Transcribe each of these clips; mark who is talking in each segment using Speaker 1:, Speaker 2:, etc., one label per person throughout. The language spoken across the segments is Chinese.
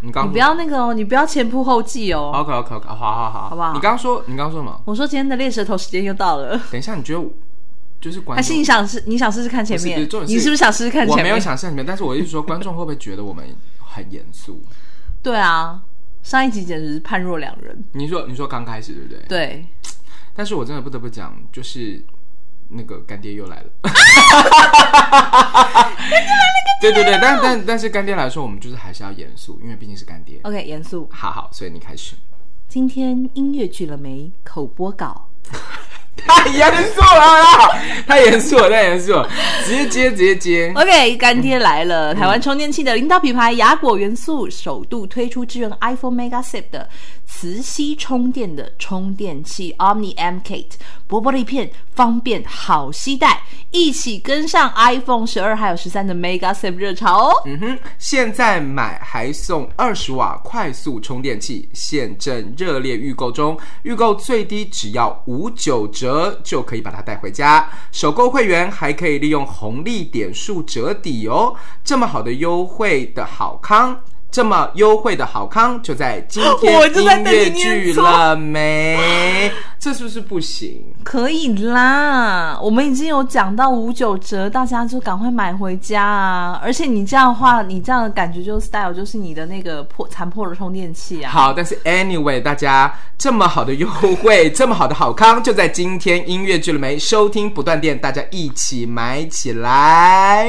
Speaker 1: 你刚
Speaker 2: 你不要那个哦，你不要前仆后继哦。
Speaker 1: OK OK OK，好好好，
Speaker 2: 好不好
Speaker 1: 你刚刚说你刚刚说什么？
Speaker 2: 我说今天的猎舌头时间又到了，
Speaker 1: 等一下，你觉得我就是观
Speaker 2: 还是你
Speaker 1: 众？
Speaker 2: 想试？你想试试看前面？
Speaker 1: 不是不是重点是
Speaker 2: 你是不是想试试看
Speaker 1: 我
Speaker 2: 前
Speaker 1: 没有
Speaker 2: 面？
Speaker 1: 想象你们，但是我一直说观众会不会觉得我们很严肃？
Speaker 2: 对啊，上一集简直是判若两人。
Speaker 1: 你说你说刚开始对不对？
Speaker 2: 对，
Speaker 1: 但是我真的不得不讲，就是那个干爹又来了。对对对，但但但是干爹来说，我们就是还是要严肃，因为毕竟是干爹。
Speaker 2: OK，严肃。
Speaker 1: 好好，所以你开始。
Speaker 2: 今天音乐剧了没？口播稿。
Speaker 1: 太严肃了啦！太严肃了，太严肃了，直接接，直接接。
Speaker 2: OK，干爹来了！台湾充电器的领导品牌雅果元素首度推出支援 iPhone Mega SIP 的磁吸充电的充电器 Omni M Kit，薄薄的一片，方便好携带，一起跟上 iPhone 十二还有十三的 Mega SIP 热潮哦！
Speaker 1: 嗯哼，现在买还送二十瓦快速充电器，现正热烈预购中，预购最低只要五九折就可以把它带回家。首购会员还可以利用红利点数折抵哦，这么好的优惠的好康。这么优惠的好康就在今
Speaker 2: 我
Speaker 1: 天
Speaker 2: 就在
Speaker 1: 音
Speaker 2: 等你
Speaker 1: 乐
Speaker 2: 念
Speaker 1: 剧
Speaker 2: 错
Speaker 1: 了没？这是不是不行？
Speaker 2: 可以啦，我们已经有讲到五九折，大家就赶快买回家啊！而且你这样的话，你这样的感觉就是 style 就是你的那个破残破的充电器啊。
Speaker 1: 好，但是 anyway，大家这么好的优惠，这么好的好康，就在今天音乐剧了没？收听不断电，大家一起买起来！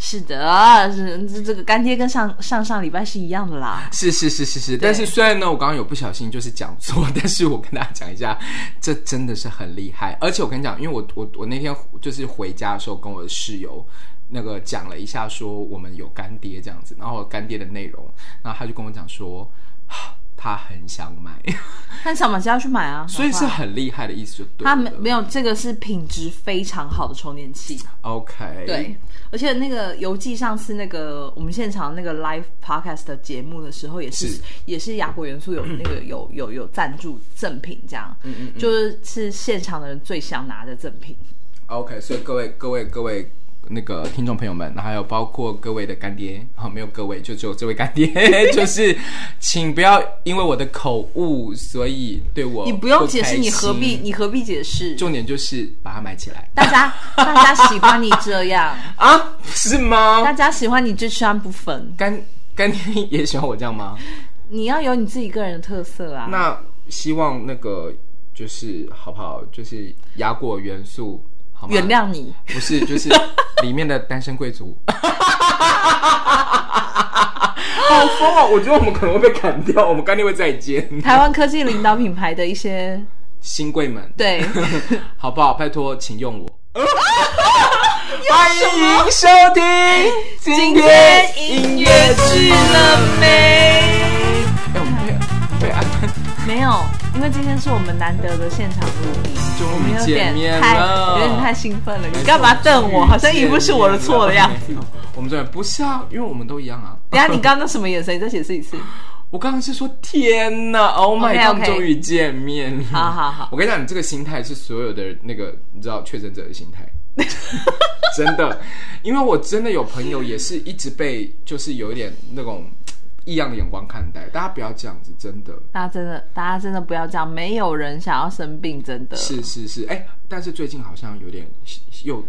Speaker 2: 是的，是这这个干爹跟上上上礼拜是一样的 啦。
Speaker 1: 是是是是是，但是虽然呢，我刚刚有不小心就是讲错，但是我跟大家讲一下，这真的是很厉害。而且我跟你讲，因为我我我那天就是回家的时候，跟我的室友那个讲了一下，说我们有干爹这样子，然后干爹的内容，然后他就跟我讲说，啊他很想买，
Speaker 2: 但小马就要去买啊，
Speaker 1: 所以是
Speaker 2: 赶快
Speaker 1: 很厉害的意思，就对了。
Speaker 2: 他没没有这个是品质非常好的充电器，
Speaker 1: 哎 OK，
Speaker 2: 对，，而且那个邮寄上次那个我们现场那个 live podcast 的节目的时候，也是
Speaker 1: 是
Speaker 2: 也是雅果元素 有那个有有有赞助赠品这样，
Speaker 1: 嗯嗯
Speaker 2: 就是是现场的人最想拿的赠品。
Speaker 1: ，OK，所以各位各位各位那个听众朋友们，然后还有包括各位的干爹，好、没有各位，就只有这位干 爹，就是请不要因为我的口误，所以对我
Speaker 2: 你不用
Speaker 1: 哦开
Speaker 2: 解释，你何必
Speaker 1: 心？
Speaker 2: 你何必解释？
Speaker 1: 重点就是把它买起来
Speaker 2: 大家大家喜欢你这样，
Speaker 1: 啊，是
Speaker 2: 大
Speaker 1: 吗？
Speaker 2: 家喜欢你这穿不分。
Speaker 1: 干干爹也喜欢我这样吗？
Speaker 2: 你要有你自己个人的特色啊。
Speaker 1: 那希望那个就是好不好？就是雅果元素，好吗？
Speaker 2: 原谅你，
Speaker 1: 不是，就是里面的单身贵族。 好疯哦！我觉得我们可能会被砍掉，我们干爹会再见。
Speaker 2: 台湾科技领导品牌的一些
Speaker 1: 新贵 们，
Speaker 2: 对，
Speaker 1: 好不好？拜托，请用 我。欢迎收听今天音乐剧了。
Speaker 2: 没？
Speaker 1: 哎，我们被被安排
Speaker 2: 没有，因为今天是我们难得的现场录音，
Speaker 1: 终于见面
Speaker 2: 有点太
Speaker 1: 了
Speaker 2: 有点太兴奋了。你干嘛瞪我？好像一副是我的错的样子。
Speaker 1: 没有。我们这边不是啊，因为我们都一样啊。
Speaker 2: 等一下你刚刚那什么眼神？你再解释一
Speaker 1: 嗯
Speaker 2: 次。
Speaker 1: 我刚刚是说天呐 o h my god，
Speaker 2: OK，OK
Speaker 1: 我们终于见面了。
Speaker 2: 好好好
Speaker 1: 我跟你讲，你这个心态是所有的那个你知道确诊者的心态， 真的，因为我真的有朋友也是一直被就是有一点那种异样的眼光看待，大家不要这样子，真的。
Speaker 2: 大家真的，大家真的不要这样，没有人想要生病，真的。
Speaker 1: 是是是，哎、但是最近好像有点又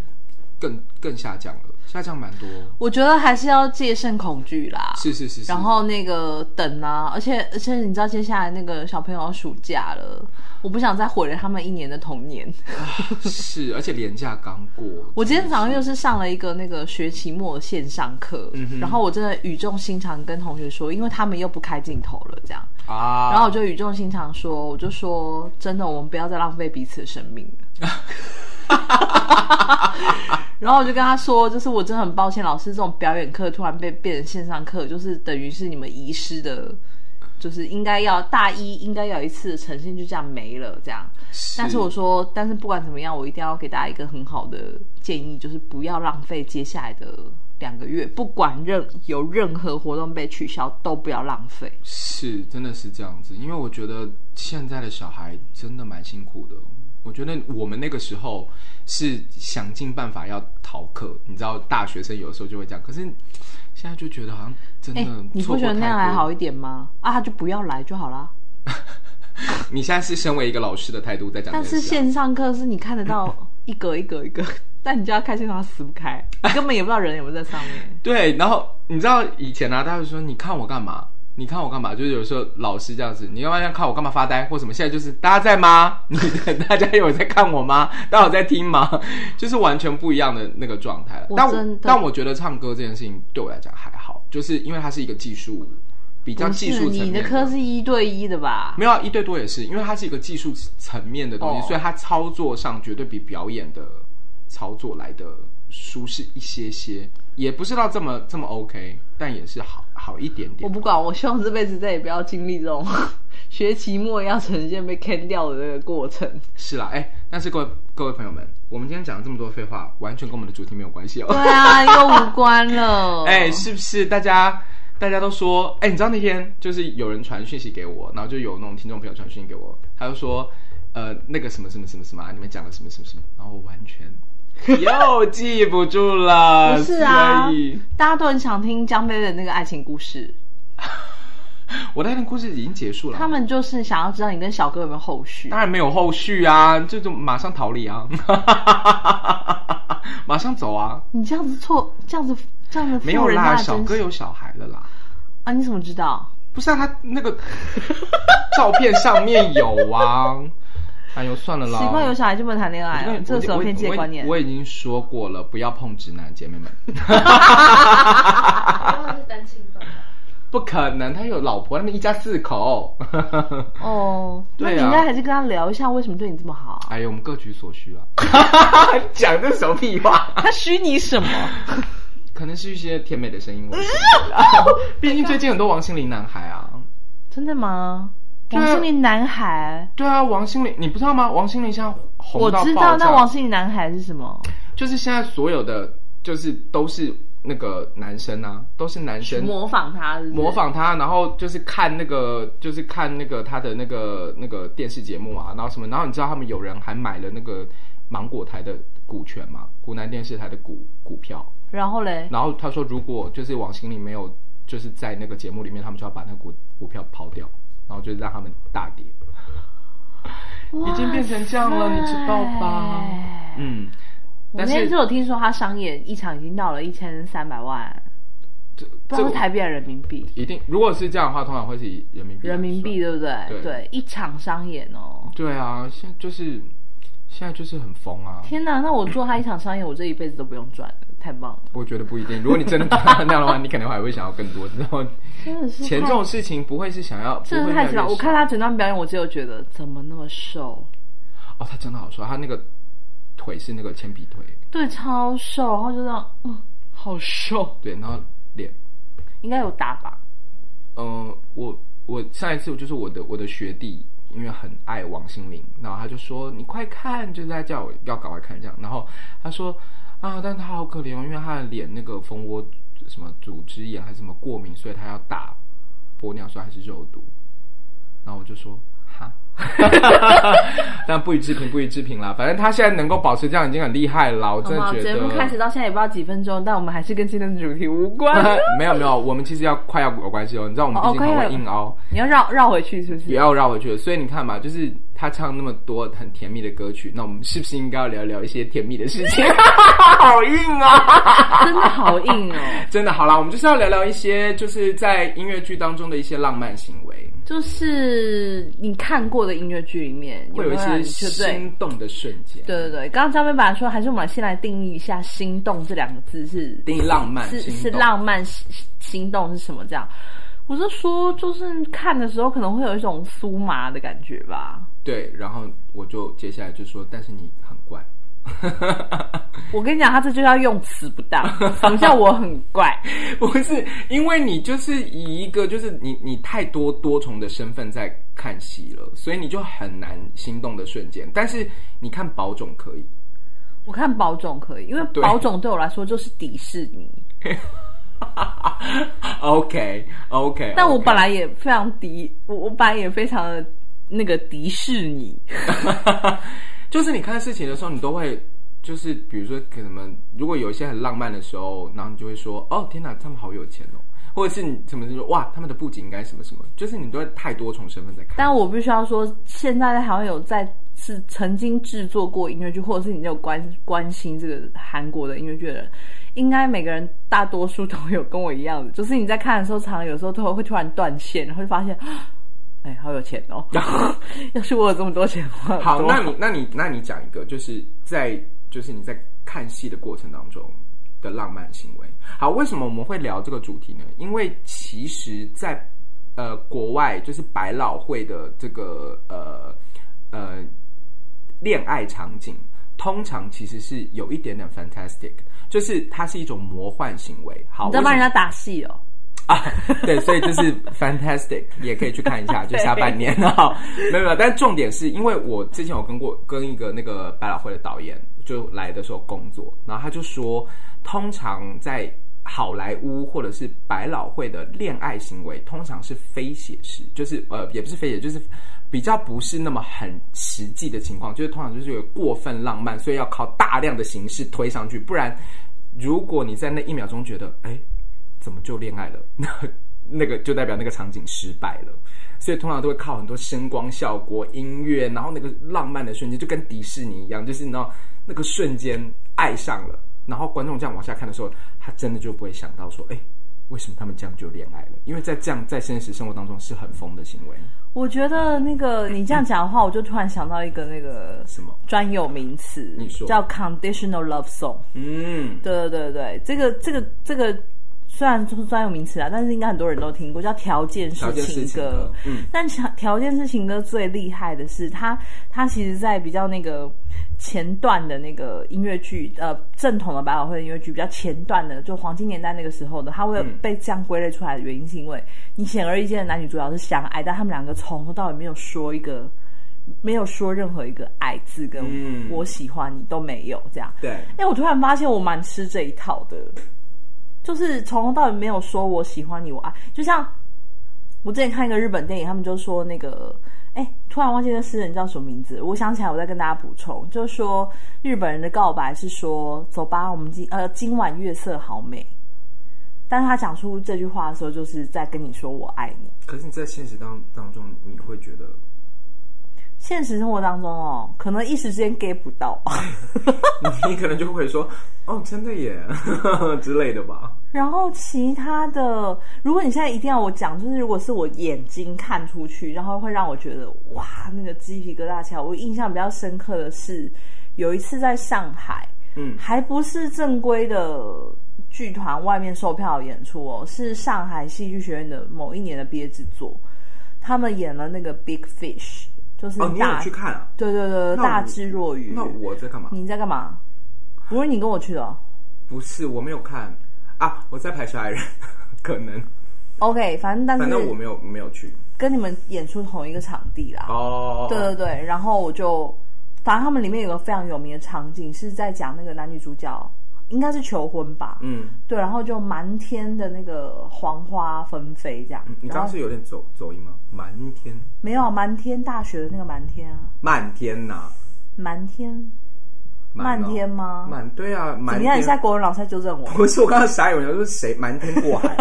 Speaker 1: 更更下降了，下降蛮多。
Speaker 2: 我觉得还是要戒慎恐惧啦。
Speaker 1: 是是是是，
Speaker 2: 然后那个等啊，而且而且你知道接下来那个小朋友要暑假了，我不想再毁了他们一年的童年。
Speaker 1: 是，而且廉价刚过，
Speaker 2: 我今天早上又是上了一个那个学期末的线上课，然后我真的语重心长跟同学说，因为他们又不开镜头了这样，
Speaker 1: 啊，
Speaker 2: 然后我就语重心长说，我就说真的，我们不要再浪费彼此的生命了。 然后我就跟他说，就是我真的很抱歉，老师这种表演课突然被变成线上课，就是等于是你们遗失的，就是应该要大一应该有一次的呈现就这样没了这样。但是我说，但是不管怎么样，我一定要给大家一个很好的建议，就是不要浪费接下来的两个月，不管任有任何活动被取消，都不要浪费。
Speaker 1: 是，真的是这样子，因为我觉得现在的小孩真的蛮辛苦的。我觉得我们那个时候是想尽办法要逃课，你知道，大学生有时候就会这样。可是现在就觉得好像真
Speaker 2: 哎、
Speaker 1: 的
Speaker 2: 你
Speaker 1: 错
Speaker 2: 不觉
Speaker 1: 过
Speaker 2: 得那样
Speaker 1: 太
Speaker 2: 还
Speaker 1: 多。
Speaker 2: 好一点吗？啊，他就不要来就好啦。
Speaker 1: 你现在是身为一个老师的态度在讲这
Speaker 2: 但
Speaker 1: 件事啊，
Speaker 2: 是线上课是你看得到一格一格一格，但你就要开线上死不开， 你根本也不知道人有没有在上面。
Speaker 1: 对，然后你知道以前啊，大家就说你看我干嘛？你看我干嘛？就是有时候老师这样子，你要不要看我干嘛发呆或什么？现在就是大家在吗？ 你大家有在看我吗？大家有在听吗？ 就是完全不一样的那个状态了。
Speaker 2: 我
Speaker 1: 但
Speaker 2: 真的
Speaker 1: 但我觉得唱歌这件事情对我来讲还好，就是因为它是一个技术，比较
Speaker 2: 不
Speaker 1: 技
Speaker 2: 是
Speaker 1: 术层面
Speaker 2: 你的科是一对一的吧？
Speaker 1: 没有啊一对多也是，因为它是一个技术层面的东西，
Speaker 2: 哦
Speaker 1: 所以它操作上绝对比表演的操作来的舒适一些些，也不是到这么这么 OK，但也是好好一点
Speaker 2: 我
Speaker 1: 点。
Speaker 2: 不管，我希望这辈子再也不要经历这种 学期末要呈现被 can 掉的这个过程。
Speaker 1: 是啦，哎，但是各位各位朋友们，我们今天讲了这么多废话，完全跟我们的主题没有关系哦
Speaker 2: 对。啊，又无关了。
Speaker 1: 哎，是不是大家大家都说？哎，你知道那天就是有人传讯息给我，然后就有那种听众朋友传讯息给我，他就说，呃，那个什么什么什么什么啊，你们讲了什么什么什么，然后我完 全又记不住了。
Speaker 2: 不是啊
Speaker 1: 所以，
Speaker 2: 大家都很想听江杯的那个爱情故事，
Speaker 1: 我那天故事已经结束了
Speaker 2: 他。们就是想要知道你跟小哥有没有后续
Speaker 1: 当。然没有后续啊，这种马上逃离 啊，马上走啊，
Speaker 2: 你这样子错，这样子这样子
Speaker 1: 没
Speaker 2: 妇
Speaker 1: 有
Speaker 2: 人
Speaker 1: 啦，
Speaker 2: 大
Speaker 1: 小
Speaker 2: 真
Speaker 1: 哥
Speaker 2: 心
Speaker 1: 有小孩了啦。
Speaker 2: 啊？你怎么知道？
Speaker 1: 不是啊，他那 个照片上面有啊。哎呦，算了啦。
Speaker 2: 习惯有小孩就不能谈恋爱
Speaker 1: 我
Speaker 2: 了，
Speaker 1: 已经
Speaker 2: 啊这是有偏激的观念
Speaker 1: 我。我已经说过了，不要碰直男，姐妹们，
Speaker 3: 因为是单亲爸爸，
Speaker 1: 不可能，他有老婆，他们一家四口。
Speaker 2: 哦，那你
Speaker 1: 对啊
Speaker 2: 应该还是跟他聊一下为什么对你这么好。啊
Speaker 1: 哎呦，我们各取所 需啊。讲这什么屁话？
Speaker 2: 他许你什么？
Speaker 1: 可能是一些甜美的声音，我
Speaker 2: 呃
Speaker 1: 毕竟最近很多王心凌男孩啊。
Speaker 2: 真的吗？
Speaker 1: 对啊
Speaker 2: 王心凌男孩，
Speaker 1: 对啊，王心凌，你不知道吗？王心凌现在红
Speaker 2: 我
Speaker 1: 到爆炸。
Speaker 2: 知道。那王心凌男孩是什么？
Speaker 1: 就是现在所有的，就是都是那个男生啊，都是男生
Speaker 2: 模仿他是不是
Speaker 1: 模。仿他，然后就是看那个，就是看那个他的那个那个电视节目啊，然后什么，然后你知道他们有人还买了那个芒果台的股权嘛，湖南电视台的股股票，
Speaker 2: 然后嘞，
Speaker 1: 然后他说如果就是王心凌没有就是在那个节目里面，他们就要把那股股票抛掉，然后就让他们大跌，已经变成这样了，你知道吧？嗯，
Speaker 2: 我
Speaker 1: 但是
Speaker 2: 那天就有听说他商演一场已经到了一千三百万，
Speaker 1: 这
Speaker 2: 不
Speaker 1: 这
Speaker 2: 知
Speaker 1: 个
Speaker 2: 道是台币还是人民币？
Speaker 1: 一定，如果是这样的话，通常会是以人民币来
Speaker 2: 人民币
Speaker 1: 算。
Speaker 2: 对不
Speaker 1: 对
Speaker 2: 对？对，一场商演哦。
Speaker 1: 对啊，现在就是现在就是很疯啊。
Speaker 2: 天哪，那我做他一场商演，我这一辈子都不用赚了，太棒了！
Speaker 1: 我觉得不一定，如果你真的 赚到那样的话，你可能还会想要更多。然后
Speaker 2: 真的是
Speaker 1: 钱这
Speaker 2: 太
Speaker 1: 种事情不会是想要，不
Speaker 2: 真
Speaker 1: 会
Speaker 2: 的太
Speaker 1: 越来
Speaker 2: 奇
Speaker 1: 越
Speaker 2: 怪。我看
Speaker 1: 少
Speaker 2: 他整段表演，我只有觉得怎么那么瘦，
Speaker 1: 哦，他真的好帅，他那个腿是那个铅笔腿，
Speaker 2: 对，超瘦，然后就这样，嗯，好瘦，
Speaker 1: 对，然后脸，
Speaker 2: 应该有打吧？
Speaker 1: 嗯、我我上一次我就是我的我的学弟，因为很爱王心凌，然后他就说你快看，就是在叫我要赶快看这样，然后他说啊，但他好可怜哦，因为他的脸那个蜂窝什么组织炎还是什么过敏，所以他要打玻尿酸还是肉毒，然后我就说哈。 但不予置评，不予置评啦。反正他现在能够保持这样已经很厉害了啦，我
Speaker 2: 好
Speaker 1: 真
Speaker 2: 吗？
Speaker 1: 的觉
Speaker 2: 节
Speaker 1: 得。
Speaker 2: 目 开始到现在也不知道几分钟，但我们还是跟今天的主题无 关。
Speaker 1: 没有没有，我们其实要快要有关系哦。你知道我们
Speaker 2: 哦
Speaker 1: 毕竟
Speaker 2: 快
Speaker 1: 很
Speaker 2: 要
Speaker 1: 会
Speaker 2: 有
Speaker 1: 硬凹，
Speaker 2: 你要绕绕回去是不
Speaker 1: 也
Speaker 2: 是？
Speaker 1: 要绕回去了。所以你看嘛，就是他唱那么多很甜蜜的歌曲，那我们是不是应该要聊聊一些甜蜜的事 情？好硬啊！
Speaker 2: 真的好硬 哦，
Speaker 1: 真的，好啦，我们就是要聊聊一些就是在音乐剧当中的一些浪漫行为，
Speaker 2: 就是你看过的音乐剧里面有
Speaker 1: 会
Speaker 2: 没
Speaker 1: 有一
Speaker 2: 让
Speaker 1: 些
Speaker 2: 你就对
Speaker 1: 心动的瞬间。
Speaker 2: 对对对，刚刚张妹爸说，还是我们先来定义一下“心动”这两个字啊是
Speaker 1: 定义浪漫
Speaker 2: 是
Speaker 1: 心
Speaker 2: 是
Speaker 1: 动
Speaker 2: 浪漫心心动是什么？这样，我是说，就是看的时候可能会有一种酥麻的感觉吧。
Speaker 1: 对，然后我就接下来就说，但是你很怪。
Speaker 2: 我跟你讲，他这就叫用词不当，什么叫我很怪？
Speaker 1: 不是，因为你就是以一个就是你你太多多重的身份在看戏了，所以你就很难心动的瞬间。但是你看宝冢可以，
Speaker 2: 我看宝冢可以，因为
Speaker 1: 对
Speaker 2: 宝冢对我来说就是迪士尼，
Speaker 1: OK OK，
Speaker 2: 但我本来也非常迪，我我本来也非常的那个迪士尼。
Speaker 1: 就是你看事情的时候，你都会就是比如说可能如果有一些很浪漫的时候，然后你就会说哦天哪，他们好有钱哦，或者是你什么什么哇，他们的布景应该什么什么，就是你都会太多重身份在看。
Speaker 2: 但我必须要说，现在好像有在是曾经制作过音乐剧，或者是你有关关心这个韩国的音乐剧的人，应该每个人大多数都有跟我一样的，就是你在看的时候，常常有时候都会突然断线，然后就发现， 哎、好有钱哦！ 要是我有这么多钱，我有
Speaker 1: 好，
Speaker 2: 多
Speaker 1: 那你那你那你讲一个，就是在就是你在看戏的过程当中的浪漫行为。好，为什么我们会聊这个主题呢？因为其实在，呃国外，就是百老汇的这个呃呃恋爱场景，通常其实是有一点点 fantastic，就是它是一种魔幻行为。好，
Speaker 2: 你在帮
Speaker 1: 为
Speaker 2: 人
Speaker 1: 什么
Speaker 2: 家打戏哦。
Speaker 1: 啊对，所以就是 fantastic，也可以去看一下，就下半年哈。没有没有，但重点是因为我之前有跟过跟一个那个百老汇的导演就来的时候工作，然后他就说，通常在好莱坞或者是百老汇的恋爱行为，通常是非写实，就是呃也不是非写，就是比较不是那么很实际的情况，就是通常就是有过分浪漫，所以要靠大量的形式推上去，不然如果你在那一秒钟觉得哎。诶怎么就恋爱了？ 那那个就代表那个场景失败了。所以通常都会靠很多声光效果、音乐，然后那个浪漫的瞬间，就跟迪士尼一样，就是你知道那个瞬间爱上了，然后观众这样往下看的时候，他真的就不会想到说，哎、为什么他们这样就恋爱了？因为在这样在现实生活当中是很疯的行为。
Speaker 2: 我觉得那个你这样讲的话，我就突然想到一个那个
Speaker 1: 什么
Speaker 2: 专有名词
Speaker 1: 你说，
Speaker 2: 叫 conditional love song。
Speaker 1: 嗯，
Speaker 2: 对对对对，这个这个这个虽然就是专有名词啦，啊但是应该很多人都听过，叫条件式
Speaker 1: 条件式
Speaker 2: 情
Speaker 1: 情歌
Speaker 2: 歌。
Speaker 1: 嗯，
Speaker 2: 但条条件式情歌最厉害的是，它它其实，在比较那个前段的那个音乐剧，呃，正统的百老汇音乐剧比较前段的，就黄金年代那个时候的，它会被这样归类出来的原因，是因为你显而易见的男女主角是相爱，但他们两个从头到尾没有说一个。没有说任何一个“爱”字跟
Speaker 1: 嗯
Speaker 2: “我喜欢你”都没有这样，
Speaker 1: 对，
Speaker 2: 哎、我突然发现我蛮吃这一套的，就是从头到尾没有说我喜欢你，我爱。就像我之前看一个日本电影，他们就说那个，哎、突然忘记那诗人叫什么名字，我想起来，我再跟大家补充，就是说日本人的告白是说，走吧，我们今呃今晚月色好美。但是他讲出这句话的时候，就是在跟你说我爱你。
Speaker 1: 可是你在现实当当中，你会觉得
Speaker 2: 现实生活当中哦，可能一时之间 get 不到。
Speaker 1: 你可能就会说，哦，真的耶 之类的吧。
Speaker 2: 然后其他的，如果你现在一定要我讲，就是如果是我眼睛看出去，然后会让我觉得哇，那个鸡皮疙瘩起来。我印象比较深刻的是，有一次在上海，
Speaker 1: 嗯
Speaker 2: 还不是正规的剧团外面售票演出哦，是上海戏剧学院的某一年的毕业制作，他们演了那个《Big Fish》，就是
Speaker 1: 哦，你有
Speaker 2: 大、
Speaker 1: 去看啊？
Speaker 2: 对对对
Speaker 1: 那
Speaker 2: 大
Speaker 1: 我
Speaker 2: 智若愚
Speaker 1: 那。我在干嘛？
Speaker 2: 你在干嘛？不是你跟我去的哦、
Speaker 1: 不是，我没有看啊，我在排小矮人， 可能，
Speaker 2: OK，反正但是
Speaker 1: 反正我没有没有去。
Speaker 2: 跟你们演出同一个场地啦。
Speaker 1: 哦，
Speaker 2: 对对对，然后我就，反正他们里面有个非常有名的场景是在讲那个男女主角应该是求婚吧，
Speaker 1: 嗯，
Speaker 2: 对，然后就满天的那个黄花纷飞这样，
Speaker 1: 嗯你刚
Speaker 2: 然
Speaker 1: 刚
Speaker 2: 后
Speaker 1: 是有点走走音吗？满天，
Speaker 2: 没有满天大雪的那个满天啊，
Speaker 1: 漫天呐、
Speaker 2: 满天
Speaker 1: 满
Speaker 2: 漫
Speaker 1: 哦
Speaker 2: 天吗？
Speaker 1: 满对啊，
Speaker 2: 怎
Speaker 1: 满
Speaker 2: 么样？你现在
Speaker 1: 天。。
Speaker 2: 国文老师在纠正我
Speaker 1: 不是我刚刚傻眼，我想说谁瞒天过海？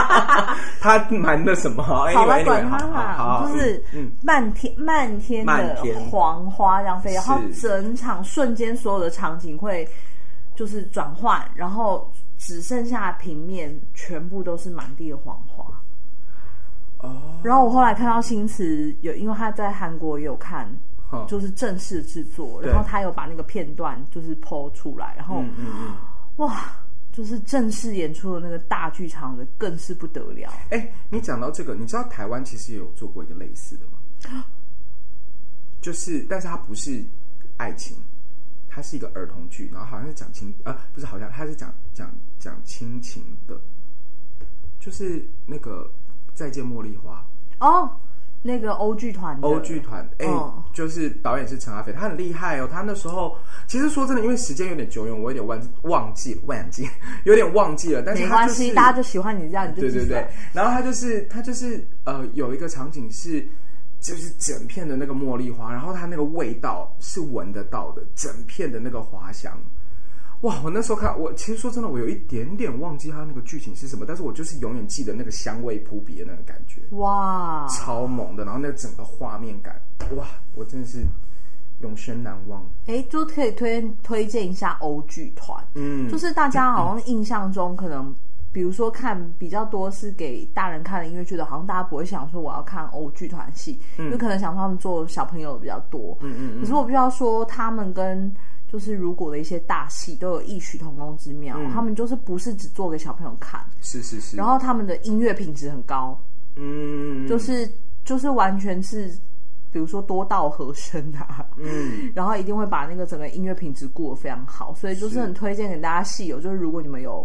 Speaker 1: 他瞒的什么？
Speaker 2: 好
Speaker 1: anyway,
Speaker 2: 了，
Speaker 1: anyway，
Speaker 2: 管他
Speaker 1: 哎好好
Speaker 2: 啦，
Speaker 1: 好
Speaker 2: 就是
Speaker 1: 嗯，
Speaker 2: 漫天漫天
Speaker 1: 漫
Speaker 2: 的
Speaker 1: 天
Speaker 2: 黄花这样飞，然后
Speaker 1: 是
Speaker 2: 整场瞬间所有的场景会就是转换，然后只剩下平面，全部都是满地的黄花。
Speaker 1: 哦，
Speaker 2: 然后我后来看到新词有，因为他在韩国也有看，
Speaker 1: 好
Speaker 2: 就是正式制作，
Speaker 1: 对
Speaker 2: 然后他有把那个片段就是剖出来，然后
Speaker 1: 嗯嗯嗯。
Speaker 2: 哇，就是正式演出的那个大剧场的更是不得了。
Speaker 1: 哎、你讲到这个，你知道台湾其实也有做过一个类似的吗？ 就是，但是它不是爱情，它是一个儿童剧，然后好像是讲亲啊、不是好像它是讲讲讲亲情的，就是那个《再见茉莉花
Speaker 2: 哦，那个欧剧团》的
Speaker 1: 欧剧团，哎、
Speaker 2: 嗯
Speaker 1: 就是导演是陈阿飞，他很厉害哦。他那时候其实说真的，因为时间有点久远，我有点忘忘记忘记， 有点忘记了，但是
Speaker 2: 没
Speaker 1: 他
Speaker 2: 关
Speaker 1: 就
Speaker 2: 系，
Speaker 1: 是
Speaker 2: 大家就喜欢你这样，你就
Speaker 1: 对
Speaker 2: 记
Speaker 1: 对
Speaker 2: 起来
Speaker 1: 对，然后他就是他就是呃有一个场景是就是整片的那个茉莉花，然后它那个味道是闻得到的，整片的那个花香。哇！我那时候看，我其实说真的，我有一点点忘记它那个剧情是什么，但是我就是永远记得那个香味扑鼻的那个感觉，
Speaker 2: 哇，
Speaker 1: 超猛的。然后那整个画面感，哇！我真的是永生难忘。
Speaker 2: 哎，就可以推推荐一下欧剧团，
Speaker 1: 嗯，
Speaker 2: 就是大家好像印象中可能，比如说看比较多是给大人看的音乐剧的，好像大家不会想说我要看欧剧团戏，因为可能想说他们做小朋友的比较多。
Speaker 1: 嗯嗯
Speaker 2: 可是我必须要说，他们跟就是如果的一些大戏都有异曲同工之妙，
Speaker 1: 嗯
Speaker 2: 他们就是不是只做给小朋友看，
Speaker 1: 是是是。
Speaker 2: 然后他们的音乐品质很高，
Speaker 1: 嗯，
Speaker 2: 就是就是完全是，比如说多道和声啊，
Speaker 1: 嗯，
Speaker 2: 然后一定会把那个整个音乐品质顾得非常好，所以就是
Speaker 1: 是
Speaker 2: 很推荐给大家戏友，就是如果你们有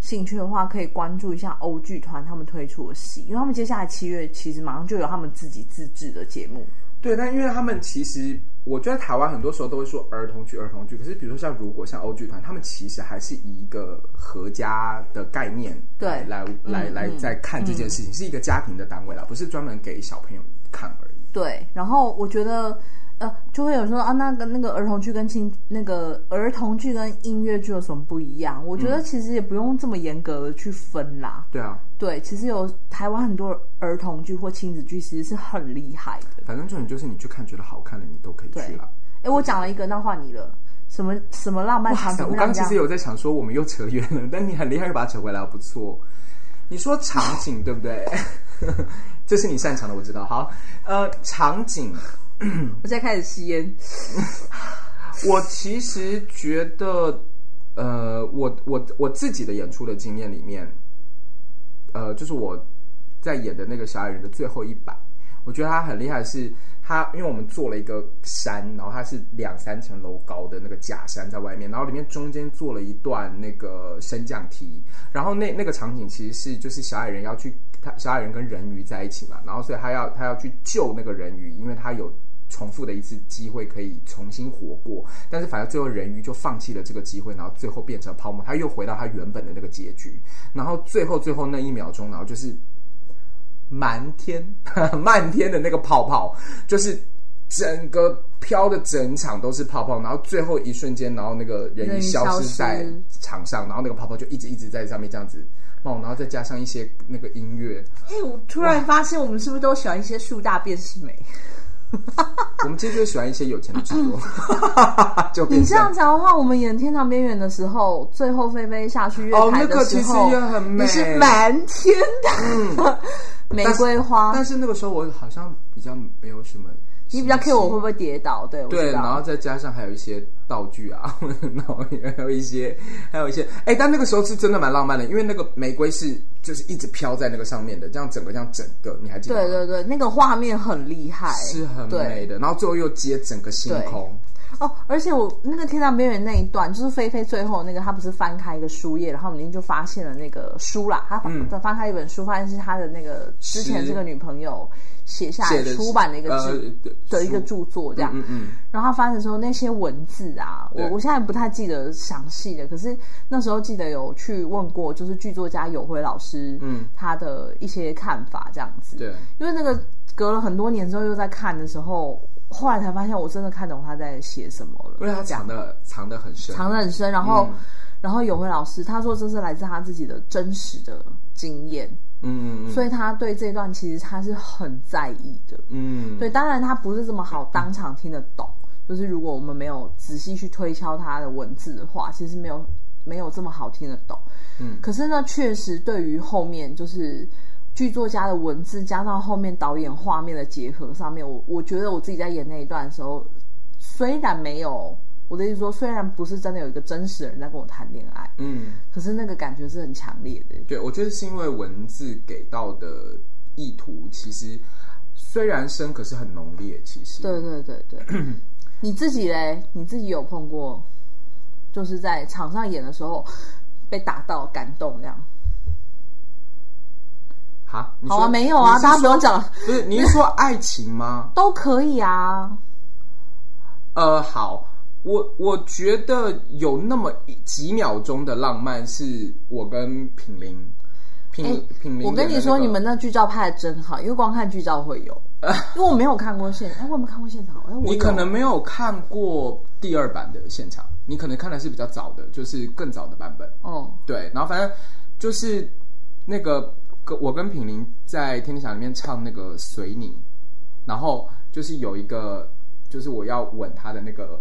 Speaker 2: 兴趣的话，可以关注一下欧剧团他们推出的戏，因为他们接下来七月其实马上就有他们自己自制的节目，
Speaker 1: 对。但因为他们其实，我觉得台湾很多时候都会说儿童剧、儿童剧，可是比如说像如果像欧剧团，他们其实还是以一个合家的概念
Speaker 2: 对
Speaker 1: 来来来来在看这件事情，是一个家庭的单位啦，不是专门给小朋友看而已。
Speaker 2: 对，然后我觉得。呃，就会有人说啊，那个那个儿童剧跟亲那个儿童剧跟音乐剧有什么不一样？我觉得其实也不用这么严格的去分啦。
Speaker 1: 对啊，
Speaker 2: 对，其实有台湾很多儿童剧或亲子剧，其实是很厉害的。
Speaker 1: 反正重点就是你去看觉得好看的，你都可以去啦。
Speaker 2: 哎，我讲了一个，那换你了。什么什么浪漫场景
Speaker 1: 我
Speaker 2: 会
Speaker 1: 刚刚
Speaker 2: 让人
Speaker 1: 其
Speaker 2: 家
Speaker 1: 实有在想说，我们又扯远了，但你很厉害，又把它扯回来，不错。你说场景对不对？ 这是你擅长的，我知道。好，呃，场景，
Speaker 2: 我现在开始吸烟。
Speaker 1: 我其实觉得，呃，我我我自己的演出的经验里面，呃，就是我在演的那个小矮人的最后一版，我觉得他很厉害的是，他因为我们做了一个山，然后它是两三层楼高的那个假山在外面，然后里面中间做了一段那个升降梯，然后那那个场景其实是就是小矮人要去他小矮人跟人鱼在一起嘛，然后所以他要他要去救那个人鱼，因为他有。重复的一次机会可以重新活过，但是反正最后人鱼就放弃了这个机会，然后最后变成泡沫，他又回到他原本的那个结局，然后最后最后那一秒钟，然后就是漫天 漫天的那个泡泡，就是整个飘的整场都是泡泡，然后最后一瞬间，然后那个人
Speaker 2: 人
Speaker 1: 鱼
Speaker 2: 鱼
Speaker 1: 消
Speaker 2: 消
Speaker 1: 失在
Speaker 2: 失
Speaker 1: 场上，然后那个泡泡就一直一直在上面这样子冒，然后再加上一些那个音 乐，
Speaker 2: 哎，我突然发现我们是不是都喜欢一些树大便是美？
Speaker 1: 我们其实就喜欢一些有钱的制作， 就变
Speaker 2: 你这
Speaker 1: 成
Speaker 2: 样讲的话，我们演《天堂边缘》的时候，最后菲菲下去月
Speaker 1: 哦
Speaker 2: 台
Speaker 1: 那个
Speaker 2: 的时候，
Speaker 1: 其实也很美嗯
Speaker 2: 你是满天的、 玫瑰花。
Speaker 1: 但是那个时候我好像比较没有什么心情，
Speaker 2: 你比较 care 我会不会跌倒？对，我知
Speaker 1: 对，
Speaker 2: 道
Speaker 1: 然后再加上还有一些道具啊， 然后还有一些，还有一些，哎，但那个时候是真的蛮浪漫的，因为那个玫瑰是就是一直飘在那个上面的，这样整个这样整个，你还记得吗？
Speaker 2: 对对对，那个画面很厉害，
Speaker 1: 是很
Speaker 2: 对
Speaker 1: 美的，然后最后又接整个星空，
Speaker 2: 哦，而且我那个天堂边缘那一段，就是菲菲最后那个，她不是翻开一个书页，然后里面就发现了那个书啦，她翻、
Speaker 1: 嗯
Speaker 2: 翻开一本书，发现是她的那个之前
Speaker 1: 诗
Speaker 2: 这个女朋友写下
Speaker 1: 写
Speaker 2: 来
Speaker 1: 的
Speaker 2: 出版的一个
Speaker 1: 呃
Speaker 2: 著、的一个
Speaker 1: 书
Speaker 2: 著作这样。
Speaker 1: 嗯嗯，
Speaker 2: 然后她翻的时候，那些文字啊，我
Speaker 1: 对
Speaker 2: 我现在不太记得详细的，可是那时候记得有去问过，就是剧作家友辉老师，
Speaker 1: 嗯，
Speaker 2: 他的一些看法这样子。
Speaker 1: 对，
Speaker 2: 因为那个隔了很多年之后又在看的时候，后来才发现我真的看懂他在写什么了，
Speaker 1: 因为它藏的藏的很深，
Speaker 2: 藏得很深。然后，然后永辉老师他说这是来自他自己的真实的经验，
Speaker 1: 嗯嗯嗯
Speaker 2: 所以他对这段其实他是很在意的。
Speaker 1: 嗯，
Speaker 2: 对，当然他不是这么好当场听得懂，就是如果我们没有仔细去推敲他的文字的话，其实没有没有这么好听得懂。
Speaker 1: 嗯，
Speaker 2: 可是呢，确实对于后面就是剧作家的文字加上后面导演画面的结合上面，我我觉得我自己在演那一段的时候，虽然没有我的意思说，虽然不是真的有一个真实的人在跟我谈恋爱，
Speaker 1: 嗯。
Speaker 2: 可是那个感觉是很强烈的。
Speaker 1: 对，我觉得是因为文字给到的意图其实虽然深，可是很浓烈。其实，
Speaker 2: 对对对 对，你自己嘞，你自己有碰过，就是在场上演的时候被打到感动这样？
Speaker 1: 哈，你
Speaker 2: 好
Speaker 1: 说
Speaker 2: 啊，没有啊，
Speaker 1: 你是
Speaker 2: 大家不用讲了，
Speaker 1: 不是你是说爱情吗？
Speaker 2: 都可以啊。
Speaker 1: 呃，好，我我觉得有那么一几秒钟的浪漫，是我跟品玲拼
Speaker 2: 哎
Speaker 1: 拼命的那个。
Speaker 2: 我跟你说，你们那剧照拍的真好，因为光看剧照会 有，因为我没有看过现，哎，我有没有看过现场？哎，我有
Speaker 1: 你可能没有看过第二版的现场，你可能看的是比较早的，就是更早的版本。
Speaker 2: 哦，
Speaker 1: 对，然后反正就是那个跟我跟品林在《天天想》里面唱那个《随你》，然后就是有一个就是我要吻他的那个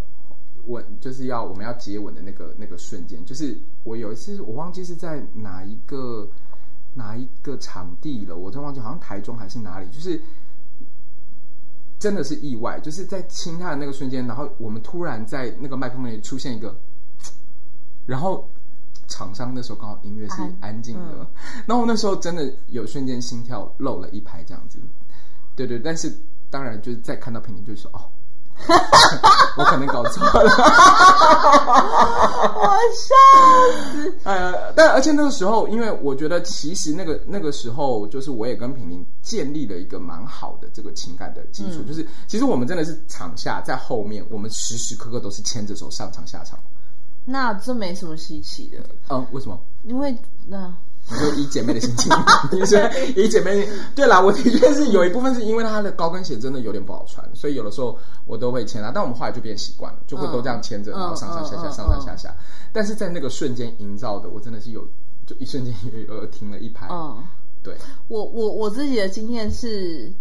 Speaker 1: 吻，就是要我们要接吻的那个那个瞬间，就是我有一次我忘记是在哪一个哪一个场地了，我真忘记好像台中还是哪里，就是。真的是意外，就是在亲他的那个瞬间，然后我们突然在那个麦克风里出现一个，然后厂商那时候刚好音乐是
Speaker 2: 安
Speaker 1: 安静的，然后我那时候真的有瞬间心跳漏了一拍这样子，对对，但是当然就是再看到评论就说哦， 我可能搞错了，
Speaker 2: 我笑死，
Speaker 1: 呃，但而且那个时候，因为我觉得其实那个那个时候，就是我也跟品林建立了一个蛮好的这个情感的基础，就是其实我们真的是场下在后面，我们时时刻刻都是牵着手上场下场，
Speaker 2: 那这没什么稀奇的，
Speaker 1: 嗯，为什么？
Speaker 2: 因为那
Speaker 1: 你就以姐妹的心 情，你说以姐妹，对啦，我的确是有一部分是因为她的高跟鞋真的有点不好穿，所以有的时候我都会牵她，但我们后来就变习惯了，就会都这样牵着，
Speaker 2: 嗯
Speaker 1: 然后上上下下，
Speaker 2: 嗯嗯
Speaker 1: 上上下下。但是在那个瞬间营造的，我真的是有，就一瞬间有有停了一拍，
Speaker 2: 嗯。
Speaker 1: 对，
Speaker 2: 我我我自己的经验是，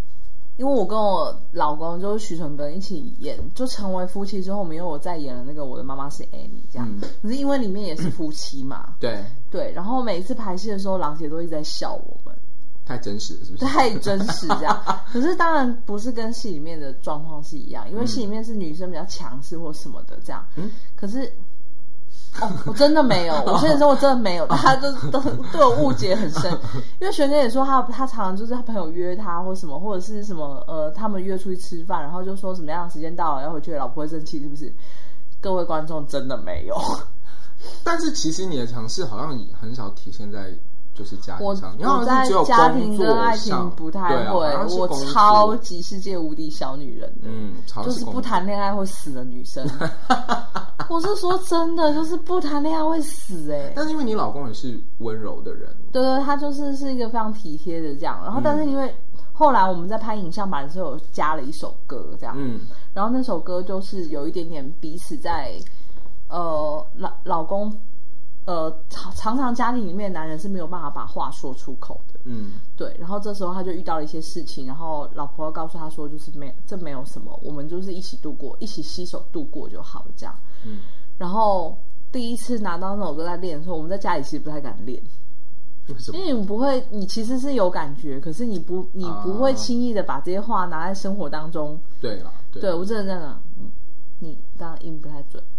Speaker 2: 因为我跟我老公就是许纯本一起演，就成为夫妻之后，我们又有再演了那个我的妈妈是 Annie 这样，
Speaker 1: 嗯
Speaker 2: 可是因为里面也是夫妻嘛，
Speaker 1: 对，
Speaker 2: 对，然后每一次排戏的时候，郎姐都一直在笑我们，
Speaker 1: 太真实了，是不是？
Speaker 2: 太真实这样。 可是当然不是跟戏里面的状况是一样，因为戏里面是女生比较强势或什么的这样。
Speaker 1: 嗯
Speaker 2: 可是。哦，我真 的没有，我现实生活真的没有，大家都都对我误解 很深。因为璇姐也说她，她常常就是她朋友约她或什么，或者是什么呃，他们约出去吃饭，然后就说什么样的时间到了要回去，老婆会生气是不是？各位观众真的没有，
Speaker 1: 但是其实你的尝试好像也很少体现在。就是家庭
Speaker 2: 我
Speaker 1: 上，你
Speaker 2: 我
Speaker 1: 好像
Speaker 2: 在
Speaker 1: 是只有
Speaker 2: 家
Speaker 1: 工
Speaker 2: 庭
Speaker 1: 作
Speaker 2: 跟爱情
Speaker 1: 上
Speaker 2: 不太
Speaker 1: 对啊
Speaker 2: 会，
Speaker 1: 好像是
Speaker 2: 我
Speaker 1: 工作
Speaker 2: 超级世界无敌小女人的，
Speaker 1: 嗯，超
Speaker 2: 就是
Speaker 1: 工
Speaker 2: 不
Speaker 1: 作
Speaker 2: 谈恋爱会死的女生。我是说真的，就是不谈恋爱会死哎、
Speaker 1: 但是因为你老公也是温柔的人，
Speaker 2: 对对，他就是是一个非常体贴的这样。然后，但是因为后来我们在拍影像版的时候，有加了一首歌这样，
Speaker 1: 嗯，
Speaker 2: 然后那首歌就是有一点点彼此在，呃，老老公，呃，常常常家庭里面的男人是没有办法把话说出口的。
Speaker 1: 嗯，
Speaker 2: 对，然后这时候他就遇到了一些事情，然后老婆告诉他说，就是没这没有什么，我们就是一起度过，一起携手度过就好了这样。
Speaker 1: 嗯，
Speaker 2: 然后第一次拿到那首歌在练的时候，我们在家里其实不太敢练，
Speaker 1: 为什么
Speaker 2: 因？为你不会，你其实是有感觉，可是你不你不会
Speaker 1: 啊
Speaker 2: 轻易的把这些话拿在生活当中。
Speaker 1: 对啦，对，啊
Speaker 2: 对我真的这样讲，嗯，你当然音不太准。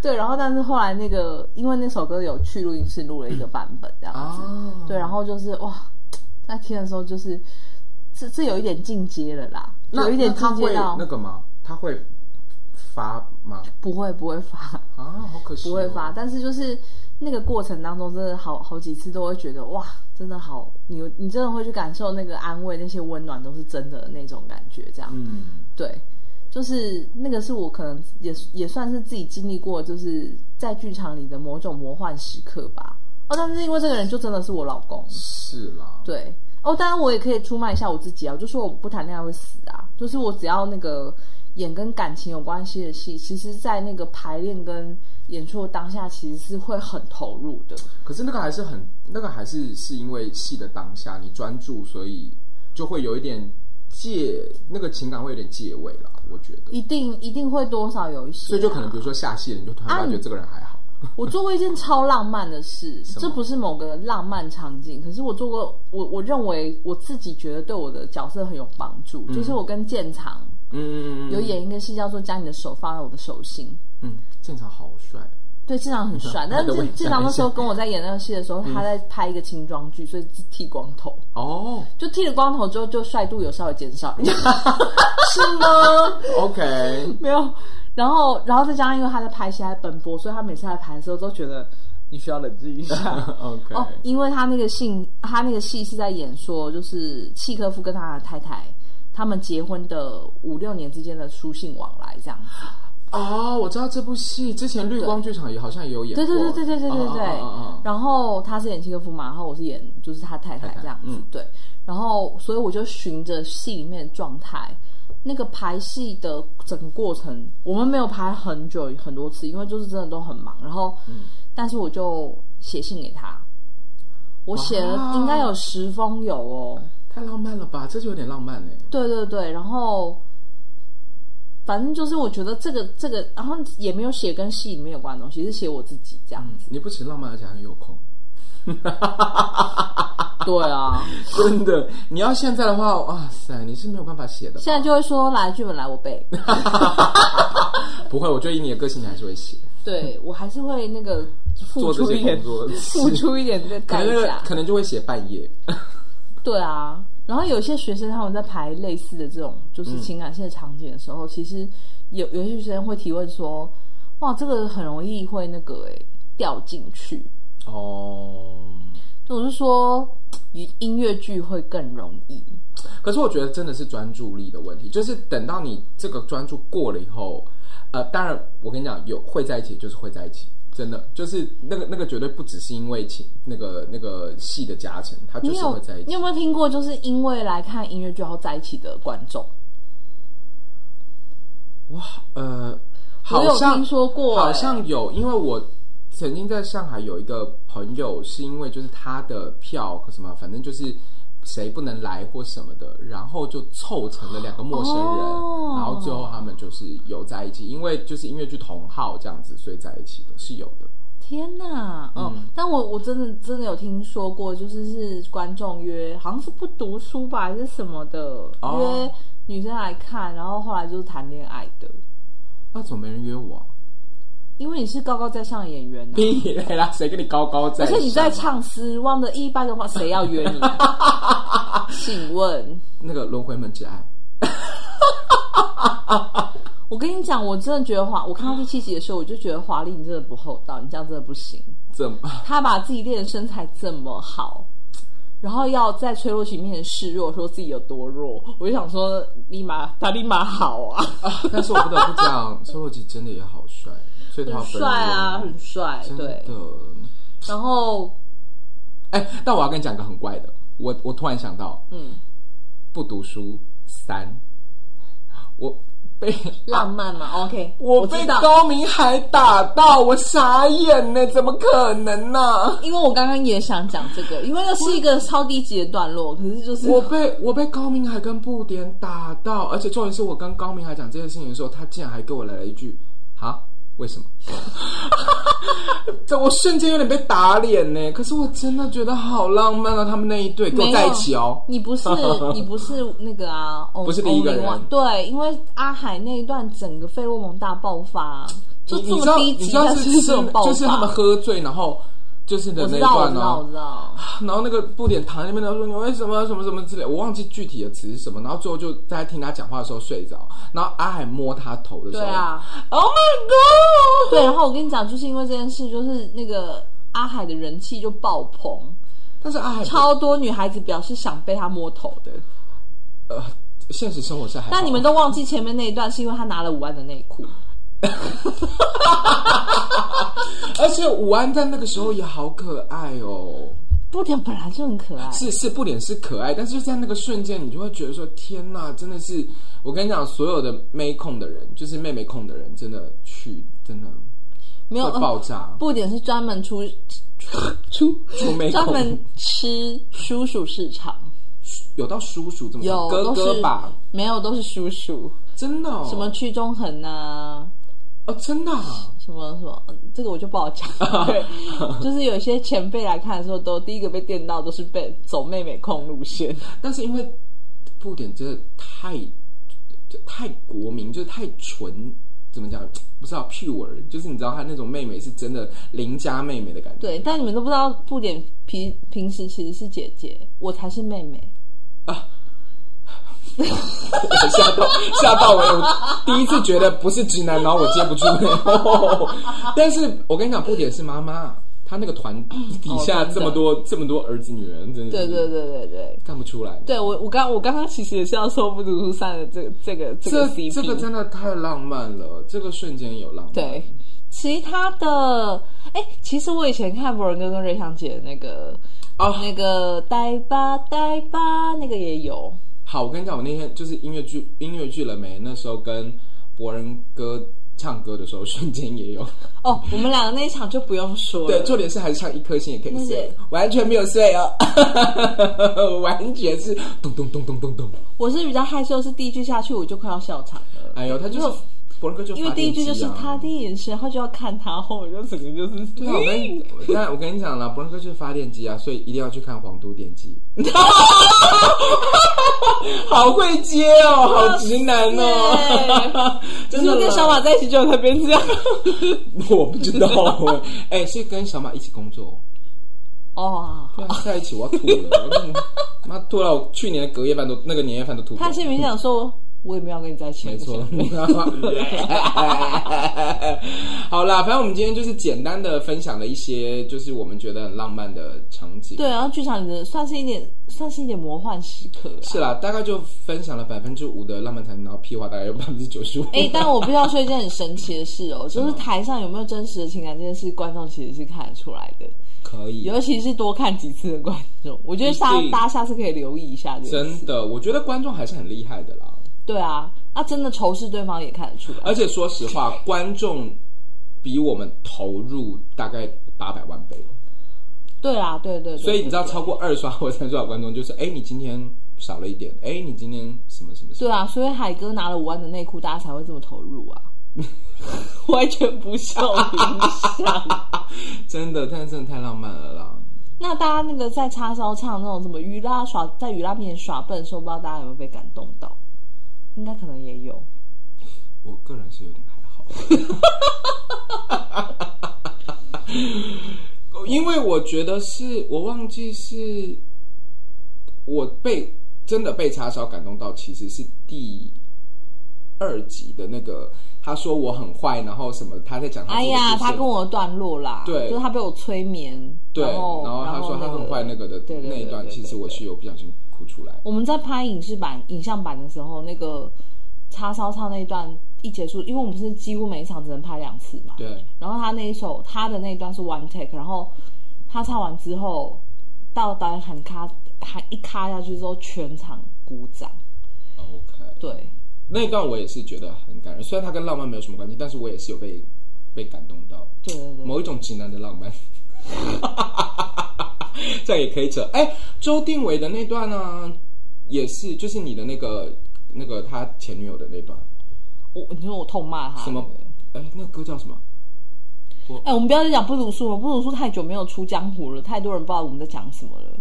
Speaker 2: 对，然后但是后来那个，因为那首歌有去录音室录了一个版本这样子，
Speaker 1: 啊，
Speaker 2: 对，然后就是哇，在听的时候就是，这这有一点进阶了啦，
Speaker 1: 那
Speaker 2: 有一点
Speaker 1: 那他
Speaker 2: 进
Speaker 1: 会
Speaker 2: 阶到
Speaker 1: 那个吗？他会发吗？
Speaker 2: 不会不会发，
Speaker 1: 啊，好可惜、
Speaker 2: 不会发，。但是就是那个过程当中，真的好好几次都会觉得哇，真的好，你你真的会去感受那个安慰，那些温暖都是真的那种感觉，这样，
Speaker 1: 嗯，
Speaker 2: 对，就是那个是我可能也也算是自己经历过，就是在剧场里的某种魔幻时刻吧。哦，但是因为这个人就真的是我老公，
Speaker 1: 是啦，
Speaker 2: 对。哦，当然我也可以出卖一下我自己啊，我就说我不谈恋爱会死啊，就是我只要那个演跟感情有关系的戏，其实，在那个排练跟演出的当下，其实是会很投入的。
Speaker 1: 可是那个还是很，那个还是是因为戏的当下你专注，所以就会有一点戒，那个情感会有点戒味啦，我觉得。
Speaker 2: 一定一定会多少有一些啊、
Speaker 1: 所以就可能比如说下戏了，你就突然发觉这个人还好。
Speaker 2: 我做过一件超浪漫 的事，
Speaker 1: 么
Speaker 2: 这不是某个浪漫场景，可是我做过，我我认为我自己觉得对我的角色很有帮助，就是我跟建长
Speaker 1: 嗯嗯嗯嗯，
Speaker 2: 有演一个戏叫做《将你的手放在我的手心》，
Speaker 1: 嗯，建长好帅，
Speaker 2: 对，建长很帅，但
Speaker 1: 我也
Speaker 2: 是
Speaker 1: 想
Speaker 2: 建长那时候跟我在演那个戏的时候，他在拍一个清装剧，所以是剃光头，
Speaker 1: 哦，
Speaker 2: 就剃了光头之后，就帅度有稍微减少一点。
Speaker 1: 是吗？OK，
Speaker 2: 没有。然后，然后再加上因为他在拍戏，他在奔波，所以他每次在排的时候都觉得你需要冷静一下。
Speaker 1: OK
Speaker 2: 哦，因为他那个戏，他那个戏是在演说，就是契科夫跟他的太太他们结婚的五六年之间的书信往来这样子。
Speaker 1: 哦，我知道这部戏之前绿光剧场也好像也有演过，
Speaker 2: 对对对对对对对
Speaker 1: 嗯嗯
Speaker 2: 对。
Speaker 1: 嗯嗯嗯
Speaker 2: 然后他是演契诃夫嘛，然后我是演就是他太太这样子，
Speaker 1: 嗯
Speaker 2: 对。然后所以我就循着戏里面的状态，那个排戏的整个过程，我们没有排很久很多次，因为就是真的都很忙。然后，
Speaker 1: 嗯
Speaker 2: 但是我就写信给他，我写了
Speaker 1: 哇
Speaker 2: 应该有十封有哦。
Speaker 1: 太浪漫了吧？这就有点浪漫哎、
Speaker 2: 对对对，然后反正就是我觉得这个这个，然后也没有写跟戏里面有关的东西，是写我自己 这样子。
Speaker 1: 你不止浪漫，而且很有空。
Speaker 2: 对啊，
Speaker 1: 真的，你要现在的话，哇塞，你是没有办法写的。
Speaker 2: 现在就会说来剧本来我 背，
Speaker 1: 不会，我觉得以你的个性，你还是会写。
Speaker 2: 对我还是会那个付
Speaker 1: 做这
Speaker 2: 出一
Speaker 1: 些
Speaker 2: 点
Speaker 1: 工，作，
Speaker 2: 付出一点的
Speaker 1: 可
Speaker 2: 代
Speaker 1: 能那个
Speaker 2: 价。
Speaker 1: 可能就会写半夜。
Speaker 2: 对啊，然后有些学生他们在排类似的这种就是情感线的场景的时候，
Speaker 1: 嗯
Speaker 2: 其实有有些学生会提问说，哇，这个很容易会那个诶、掉进去。
Speaker 1: 哦，
Speaker 2: 就我是说，音乐剧会更容易。
Speaker 1: 可是我觉得真的是专注力的问题，就是等到你这个专注过了以后，呃，当然我跟你讲，有会在一起就是会在一起，真的就是那个那个绝对不只是因为情那个那个戏的加成，它就
Speaker 2: 你
Speaker 1: 是
Speaker 2: 有
Speaker 1: 会在一
Speaker 2: 你
Speaker 1: 起。
Speaker 2: 有没有听过，就是因为来看音乐剧然后在一起的观众？
Speaker 1: 呃，
Speaker 2: 我
Speaker 1: 好
Speaker 2: 有
Speaker 1: 像
Speaker 2: 听说过、
Speaker 1: 好
Speaker 2: 哎
Speaker 1: 像有，因为我曾经在上海有一个朋友，是因为就是他的票和什么，反正就是谁不能来或什么的，然后就凑成了两个陌生人，
Speaker 2: 哦
Speaker 1: 然后最后他们就是有在一起，因为就是音乐剧同号这样子，所以在一起的是有的。
Speaker 2: 天呐，哦，但我我真的真的有听说过，就是是观众约，好像是不读书吧，还是什么的，
Speaker 1: 哦
Speaker 2: 约女生来看，然后后来就是谈恋爱的。
Speaker 1: 那怎么没人约 我啊、
Speaker 2: 因为你是高高在上的演员、啊，
Speaker 1: 屁嘞啦，谁跟你高高在
Speaker 2: 而
Speaker 1: 上？
Speaker 2: 且你在唱《失望的一般的话，谁要约你？请问，
Speaker 1: 那个《轮回门之爱》
Speaker 2: 我跟你讲，我真的觉得华，我看到第七集的时候，我就觉得华丽你真的不厚道，你这样真的不行。
Speaker 1: 怎 么？
Speaker 2: 他把自己练的身材这么好，然后要在崔洛奇面前示弱，说自己有多弱，我就想说，立马他立马好啊，
Speaker 1: 但是我不得不讲，崔洛基真的也好帅，所以他
Speaker 2: 很
Speaker 1: 要分
Speaker 2: 帅啊，
Speaker 1: 我
Speaker 2: 很帅，
Speaker 1: 真
Speaker 2: 对
Speaker 1: 的。。
Speaker 2: 然后
Speaker 1: 哎、但我要跟你讲个很怪的，我我突然想到，
Speaker 2: 嗯，
Speaker 1: 不读书三，我被
Speaker 2: 浪漫嘛、o k
Speaker 1: 我
Speaker 2: 知
Speaker 1: 被
Speaker 2: 道，
Speaker 1: 高明海打到，我傻眼呢，怎么可能呢、
Speaker 2: 因为我刚刚也想讲这个，因为那是一个超低级的段落，可是就是
Speaker 1: 我被我被高明海跟布点打到，而且重点是我跟高明海讲这件事情的时候，他竟然还跟我来了一句：“啊，为什么？” 这我瞬间有点被打脸呢。可是我真的觉得好浪漫啊，他们那一对跟
Speaker 2: 没
Speaker 1: 我
Speaker 2: 有
Speaker 1: 在一起哦。
Speaker 2: 你 不是你不是那个啊，
Speaker 1: 不是第一个人
Speaker 2: Only One 对，因为阿海那一段整个费洛蒙大爆发，就
Speaker 1: 你你知
Speaker 2: 这么
Speaker 1: 道
Speaker 2: 低
Speaker 1: 你
Speaker 2: 级，
Speaker 1: 知道
Speaker 2: 但
Speaker 1: 是
Speaker 2: 是这种爆发，
Speaker 1: 就是他们喝醉，然后就是的
Speaker 2: 我
Speaker 1: 那
Speaker 2: 知
Speaker 1: 一
Speaker 2: 道，我
Speaker 1: 段
Speaker 2: 知道，我
Speaker 1: 哦，
Speaker 2: 知道。
Speaker 1: 然后那个布点躺在那边，然后说你为什么什么什么之类，我忘记具体的词是什么。然后最后就在听他讲话的时候睡着，然后阿海摸他头的时
Speaker 2: 对
Speaker 1: 候，
Speaker 2: 啊，
Speaker 1: ，Oh my God！
Speaker 2: 对。然后我跟你讲，就是因为这件事，就是那个阿海的人气就爆棚，
Speaker 1: 但是阿海
Speaker 2: 超多女孩子表示想被他摸头的。
Speaker 1: 呃，现实生活是还好
Speaker 2: 但你们都忘记前面那一段，是因为他拿了五万的内裤。
Speaker 1: 而且武安在那个时候也好可爱哦，
Speaker 2: 布点本来就很可爱，
Speaker 1: 是是布点是可爱，但是就在那个瞬间，你就会觉得说天呐，真的是我跟你讲，所有的妹控的人，就是妹妹控的人，真的去真的。
Speaker 2: 没有呃
Speaker 1: 会爆炸，
Speaker 2: 布点是专门出出
Speaker 1: 出妹
Speaker 2: 专
Speaker 1: 控
Speaker 2: 门吃叔叔市场，
Speaker 1: 有到叔叔这么
Speaker 2: 有
Speaker 1: 哥
Speaker 2: 都
Speaker 1: 哥
Speaker 2: 是
Speaker 1: 吧？
Speaker 2: 没有都是叔叔，
Speaker 1: 真的、哦、
Speaker 2: 什么屈中恒啊，
Speaker 1: 哦，真的、啊、
Speaker 2: 什么什么，嗯这个我就不好 讲。对，就是有些前辈来看的时候都，第一个被电到都是被走妹妹控 路线。
Speaker 1: 但是因为布点真的太就太国民，就是太纯，怎么讲？不知道 pure，就是你知道他那种妹妹是真的邻家妹妹的 感觉。
Speaker 2: 对，但你们都不知道，布点平平时其实是姐姐，我才是妹妹。
Speaker 1: 我吓到吓到我，我第一次觉得不是直男，然后我接不住。但是我跟你讲，布点是妈妈，他那个团底下这么多、这么多儿子女儿，真的是
Speaker 2: 哦对对对对对。
Speaker 1: 干不出来。
Speaker 2: 对我，我刚我刚刚其实也是要说不读书散的这个这个
Speaker 1: 这
Speaker 2: 这个 CP，
Speaker 1: 这个真的太浪漫了，这个瞬间有浪漫。
Speaker 2: 对，其他的，哎、其实我以前看博仁哥跟瑞香姐的那个，
Speaker 1: 哦
Speaker 2: 那个呆吧呆吧，那个也有，
Speaker 1: 好，我跟你讲，我那天就是音乐剧音乐剧了没？那时候跟博仁哥唱歌的时候，瞬间也有。
Speaker 2: 哦，我们两个那一场就不用说了，
Speaker 1: 对，重点是还是唱一颗心也可以
Speaker 2: 那
Speaker 1: 碎
Speaker 2: 是，
Speaker 1: 完全没有碎哦， 完全是咚咚咚咚咚咚。
Speaker 2: 我是比较害羞，是第一句下去我就快要笑场了。
Speaker 1: 哎呦，他就是博仁哥就
Speaker 2: 因为
Speaker 1: 发
Speaker 2: 第一
Speaker 1: 电
Speaker 2: 句就是
Speaker 1: 机啊
Speaker 2: 他第一眼神，然后就要看他，然后我就整个就是嗯
Speaker 1: 对啊，我跟你，但我跟你讲了，博伦哥就是发电机啊，所以一定要去看皇都电机。 好会接哦，好直男哦，
Speaker 2: 就
Speaker 1: 真
Speaker 2: 是
Speaker 1: 的啦
Speaker 2: 跟小马在一起就有那边 这样。
Speaker 1: 我不知道哎， 哎、是跟小马一起工作，
Speaker 2: 哦，
Speaker 1: 对啊，在一起我要吐了，我真 的妈吐了，我去年的隔夜饭都那个年夜饭都吐
Speaker 2: 他
Speaker 1: 了。
Speaker 2: 心里面想说，我也没有要跟你在一起，，
Speaker 1: 没错 好啦，反正我们今天就是简单的分享了一些，就是我们觉得很浪漫的场景。
Speaker 2: 对，然后剧场里的算是一点，算是一点魔幻时刻 啊。
Speaker 1: 是啦，大概就分享了百分之五的浪漫才能，然后屁话大概有百分之九十五。
Speaker 2: 哎、但我必须要说一件很神奇的事哦，就是
Speaker 1: 什么
Speaker 2: 台上有没有真实的情感这件事，观众其实是看得出来的，
Speaker 1: 可以，
Speaker 2: 尤其是多看几次的观众，我觉得下
Speaker 1: 一定
Speaker 2: 大家下次可以留意一下这个。
Speaker 1: 真的，我觉得观众还是很厉害的啦。
Speaker 2: 对啊，那、真的仇视对方也看得出来。
Speaker 1: 而且说实话，观众比我们投入大概八百万倍，
Speaker 2: 对啊，对对对
Speaker 1: 所以你知道，
Speaker 2: 对对
Speaker 1: 超过二刷或三刷的观众就是，哎，你今天少了一点，哎，你今天什么什么什
Speaker 2: 对
Speaker 1: 么。
Speaker 2: 啊，所以海哥拿了五万的内裤，大家才会这么投入 啊，完全不受影响。
Speaker 1: 真的，但是真的太浪漫了啦。
Speaker 2: 那大家那个在叉烧唱那种什么鱼拉耍，在鱼拉面前耍笨的时候，不知道大家有没有被感动到？应该可能也有。
Speaker 1: 我个人是有点还好， 因为我觉得是我忘记是我被真的被叉烧感动到，其实是第二集的那个，他说我很坏，然后什么他在讲他
Speaker 2: 哎
Speaker 1: 做的
Speaker 2: 呀，
Speaker 1: 事
Speaker 2: 他跟我段落啦，
Speaker 1: 对
Speaker 2: 就是他被我催眠，
Speaker 1: 对，
Speaker 2: 然后
Speaker 1: 后他说他
Speaker 2: 那个
Speaker 1: 很坏那个的
Speaker 2: 哦对对
Speaker 1: 那
Speaker 2: 对
Speaker 1: 一段，
Speaker 2: 对对
Speaker 1: 其实我
Speaker 2: 对
Speaker 1: 是有不小心哭出来。
Speaker 2: 我们在拍影视版、影像版的时候，那个叉烧唱那一段一结束，因为我们是几乎每一场只能拍两次嘛，
Speaker 1: 对，
Speaker 2: 然后他那一首他的那一段是 one take，然后他唱完之后，到导演喊咔喊一咔下去之后，全场鼓掌，
Speaker 1: OK，
Speaker 2: 对。
Speaker 1: 那一段我也是觉得很感人，虽然它跟浪漫没有什么关系，但是我也是有被被感动到。
Speaker 2: 对对对，
Speaker 1: 某一种直男的浪漫， 这样也可以扯。哎，周定伟的那段啊，也是，就是你的那个那个他前女友的那段，
Speaker 2: 我你说我痛骂他
Speaker 1: 什么？哎，那个歌叫什么？
Speaker 2: 哎、我们不要再讲不读书了，不读书太久没有出江湖了，太多人不知道我们在讲什么了。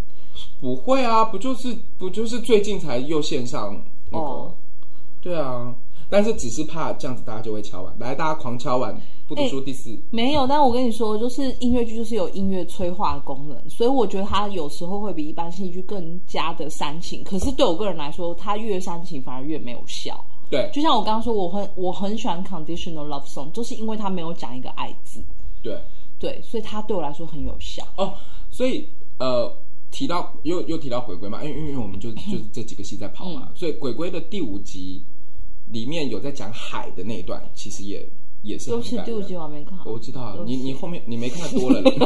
Speaker 1: 不会啊，不就是不就是最近才又线上那个？
Speaker 2: 哦
Speaker 1: 对啊，但是只是怕这样子大家就会敲碗，来大家狂敲碗，不读书第四。
Speaker 2: 没有，但我跟你说，就是音乐剧就是有音乐催化的功能，所以我觉得它有时候会比一般戏剧更加的煽情。可是对我个人来说，它越煽情反而越没有效。
Speaker 1: 对
Speaker 2: 就像我刚刚说，我很我很喜欢 conditional love song，就是因为它没有讲一个爱字，
Speaker 1: 对
Speaker 2: 对，所以它对我来说很有效。
Speaker 1: 哦，所以呃，提到又又提到鬼鬼嘛，因为因为我们
Speaker 2: 嗯
Speaker 1: 就就是这几个戏在跑嘛，所以鬼鬼的第五集里面有在讲海的那一段，其实也也是
Speaker 2: 对
Speaker 1: 很
Speaker 2: 不起，
Speaker 1: 感
Speaker 2: 第
Speaker 1: 人
Speaker 2: 五集我还没看，
Speaker 1: 我知道啊
Speaker 2: 对，不
Speaker 1: 你
Speaker 2: 起
Speaker 1: 你后面你没看的多了 嘞，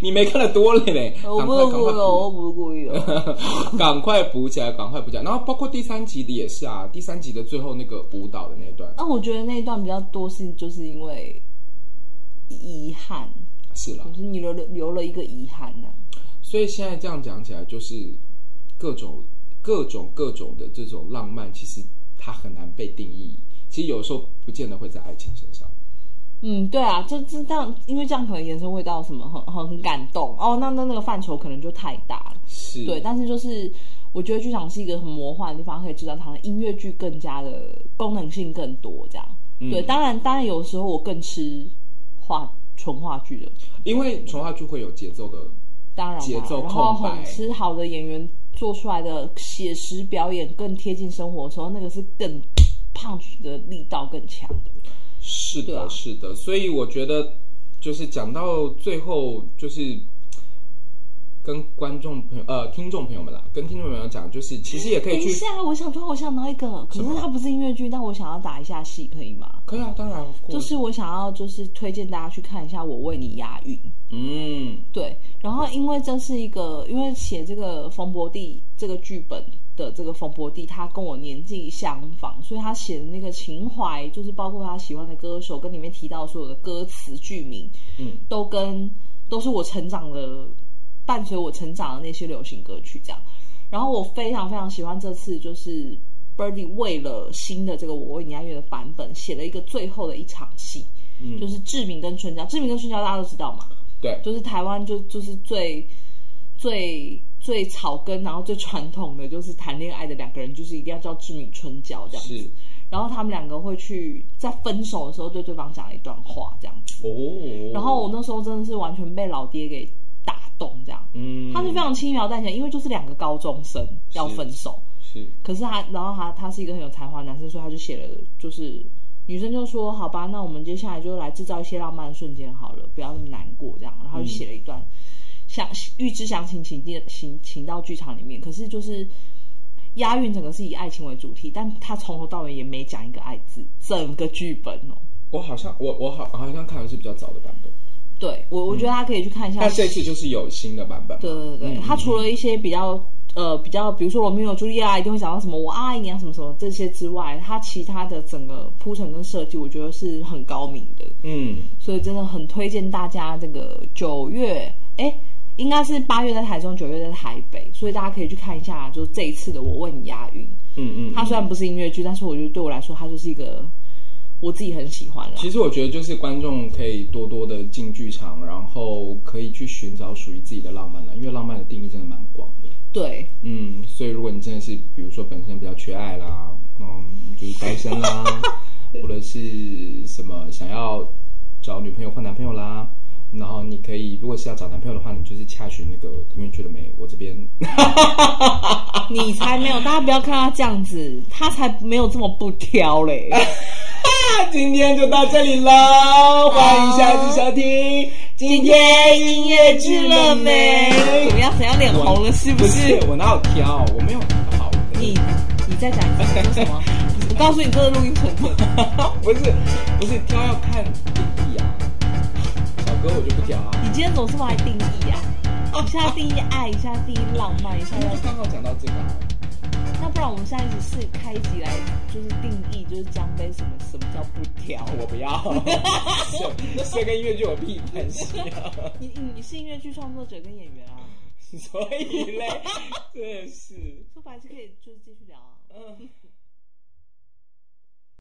Speaker 1: 你没看的多了嘞，赶
Speaker 2: 我
Speaker 1: 快
Speaker 2: 不
Speaker 1: 赶
Speaker 2: 是故
Speaker 1: 快
Speaker 2: 意的，我
Speaker 1: 补，
Speaker 2: 不是故意哦的。
Speaker 1: 赶快补起来，赶快补起来。然后包括第三集的也是啊，第三集的最后那个舞蹈的那一段
Speaker 2: 那我觉得那一段比较多是就是因为遗憾，
Speaker 1: 是啦
Speaker 2: 就，是你留了留了一个遗憾呢、
Speaker 1: 所以现在这样讲起来，就是各种各种各种的这种浪漫，其实它很难被定义。其实有时候不见得会在爱情身上。
Speaker 2: 嗯，对啊，就就这样，因为这样可能延伸会到什么很很很感动哦，那那那个范畴可能就太大了。
Speaker 1: 是，
Speaker 2: 对，但是就是我觉得剧场是一个很魔幻的地方，可以知道它的音乐剧更加的功能性更多，这样。
Speaker 1: 嗯
Speaker 2: 对，当然当然有时候我更吃话纯话剧的，
Speaker 1: 因为纯话剧会有节奏的，
Speaker 2: 当然嘛
Speaker 1: 节奏
Speaker 2: 然后
Speaker 1: 空白
Speaker 2: 很吃好的演员做出来的写实表演更贴近生活的时候，那个是更 punch 的力道更强的。
Speaker 1: 是
Speaker 2: 对
Speaker 1: 的，
Speaker 2: 啊
Speaker 1: 是的。所以我觉得就是讲到最后，就是跟观众朋友呃听众朋友们啦，跟听众朋友讲，就是其实也可
Speaker 2: 等
Speaker 1: 以
Speaker 2: 一
Speaker 1: 去，
Speaker 2: 下，我想突然我想到一个，可
Speaker 1: 什么
Speaker 2: 是它不是音乐剧，但我想要打一下戏，可以吗？
Speaker 1: 可以啊，当然，
Speaker 2: 就
Speaker 1: of course
Speaker 2: 是我想要就是推荐大家去看一下《我为你押韵》。
Speaker 1: 嗯
Speaker 2: 对，然后因为这是一个，因为写这个冯伯弟这个剧本的这个冯伯弟，他跟我年纪相仿，所以他写的那个情怀，就是包括他喜欢的歌手，跟里面提到所有的歌词剧名，
Speaker 1: 嗯，
Speaker 2: 都跟都是我成长的，伴随我成长的那些流行歌曲这样。然后我非常非常喜欢这次就是 Birdy 为了新的这个《我为你爱乐》的版本，写了一个最后的一场戏，
Speaker 1: 嗯
Speaker 2: 就是志明跟春娇，志明跟春娇大家都知道嘛，
Speaker 1: 对，
Speaker 2: 就是台湾就就是最最最草根，然后最传统的就是谈恋爱的两个人，就是一定要叫志明春娇这样子。
Speaker 1: 是
Speaker 2: 然后他们两个会去在分手的时候对对方讲一段话这样子。
Speaker 1: 哦，
Speaker 2: 然后我那时候真的是完全被老爹给打动，这样。
Speaker 1: 嗯，
Speaker 2: 他是非常轻描淡写，因为就是两个高中生要分手，
Speaker 1: 是
Speaker 2: 可是他，然后他他是一个很有才华的男生，所以他就写了，就是女生就说：“好吧，那我们接下来就来制造一些浪漫的瞬间好了，不要那么难过。”这样，然后就写了一段
Speaker 1: 嗯
Speaker 2: 像预知详情请进请请到剧场里面，可是就是押韵整个是以爱情为主题，但他从头到尾也没讲一个爱字，整个剧本哦。
Speaker 1: 我好像我我好好像看的是比较早的版本，
Speaker 2: 对我，我觉
Speaker 1: 嗯
Speaker 2: 得大家可以去看一下。
Speaker 1: 但这次就是有新的版本嘛，
Speaker 2: 对对对，他除了一些比较呃比较，比如说罗密欧与朱丽叶啊，一定会讲到什么我爱你啊什么什么这些之外，他其他的整个铺陈跟设计，我觉得是很高明的，
Speaker 1: 嗯，
Speaker 2: 所以真的很推荐大家这个九月，哎，应该是八月在台中，九月在台北，所以大家可以去看一下，就这一次的我问你押韵，
Speaker 1: 嗯嗯嗯，
Speaker 2: 它虽然不是音乐剧，但是我觉得对我来说，它就是一个我自己很喜欢了。
Speaker 1: 其实我觉得就是观众可以多多的进剧场，然后可以去寻找属于自己的浪漫了，因为浪漫的定义真的蛮广的。
Speaker 2: 对，
Speaker 1: 嗯，所以如果你真的是比如说本身比较缺爱啦，嗯，就是单身啦， 或者是什么想要找女朋友换男朋友啦。然后你可以，如果是要找男朋友的话，你就是洽询那个音乐剧了没？我这边
Speaker 2: 你才没有，大家不要看他这样子，他才没有这么不挑嘞。
Speaker 1: 今天就到这里喽，欢迎下次收听。今天音乐剧了没？
Speaker 2: 怎么样？怎样脸红了是不
Speaker 1: 不
Speaker 2: 是
Speaker 1: 是？，我哪有挑？我没有好。
Speaker 2: 你你再讲一次是什么？我告诉你，这个录音存存。
Speaker 1: 不是不是挑要看定义啊，小哥我就不挑啊。
Speaker 2: 你今天总是么爱定义啊？一下定义爱，一下定义浪漫，一下
Speaker 1: 刚
Speaker 2: 要……
Speaker 1: 刚好讲到这个、啊，
Speaker 2: 那不然我们现在一起试开一集来，就是定义，就是江杯什么什么叫不挑？
Speaker 1: 哦我不 要，这这跟音乐剧有屁关系啊？
Speaker 2: 你你你是音乐剧创作者跟演员啊，
Speaker 1: 所以嘞，真的是，
Speaker 2: 说白是可以就是继续聊啊。
Speaker 1: 嗯。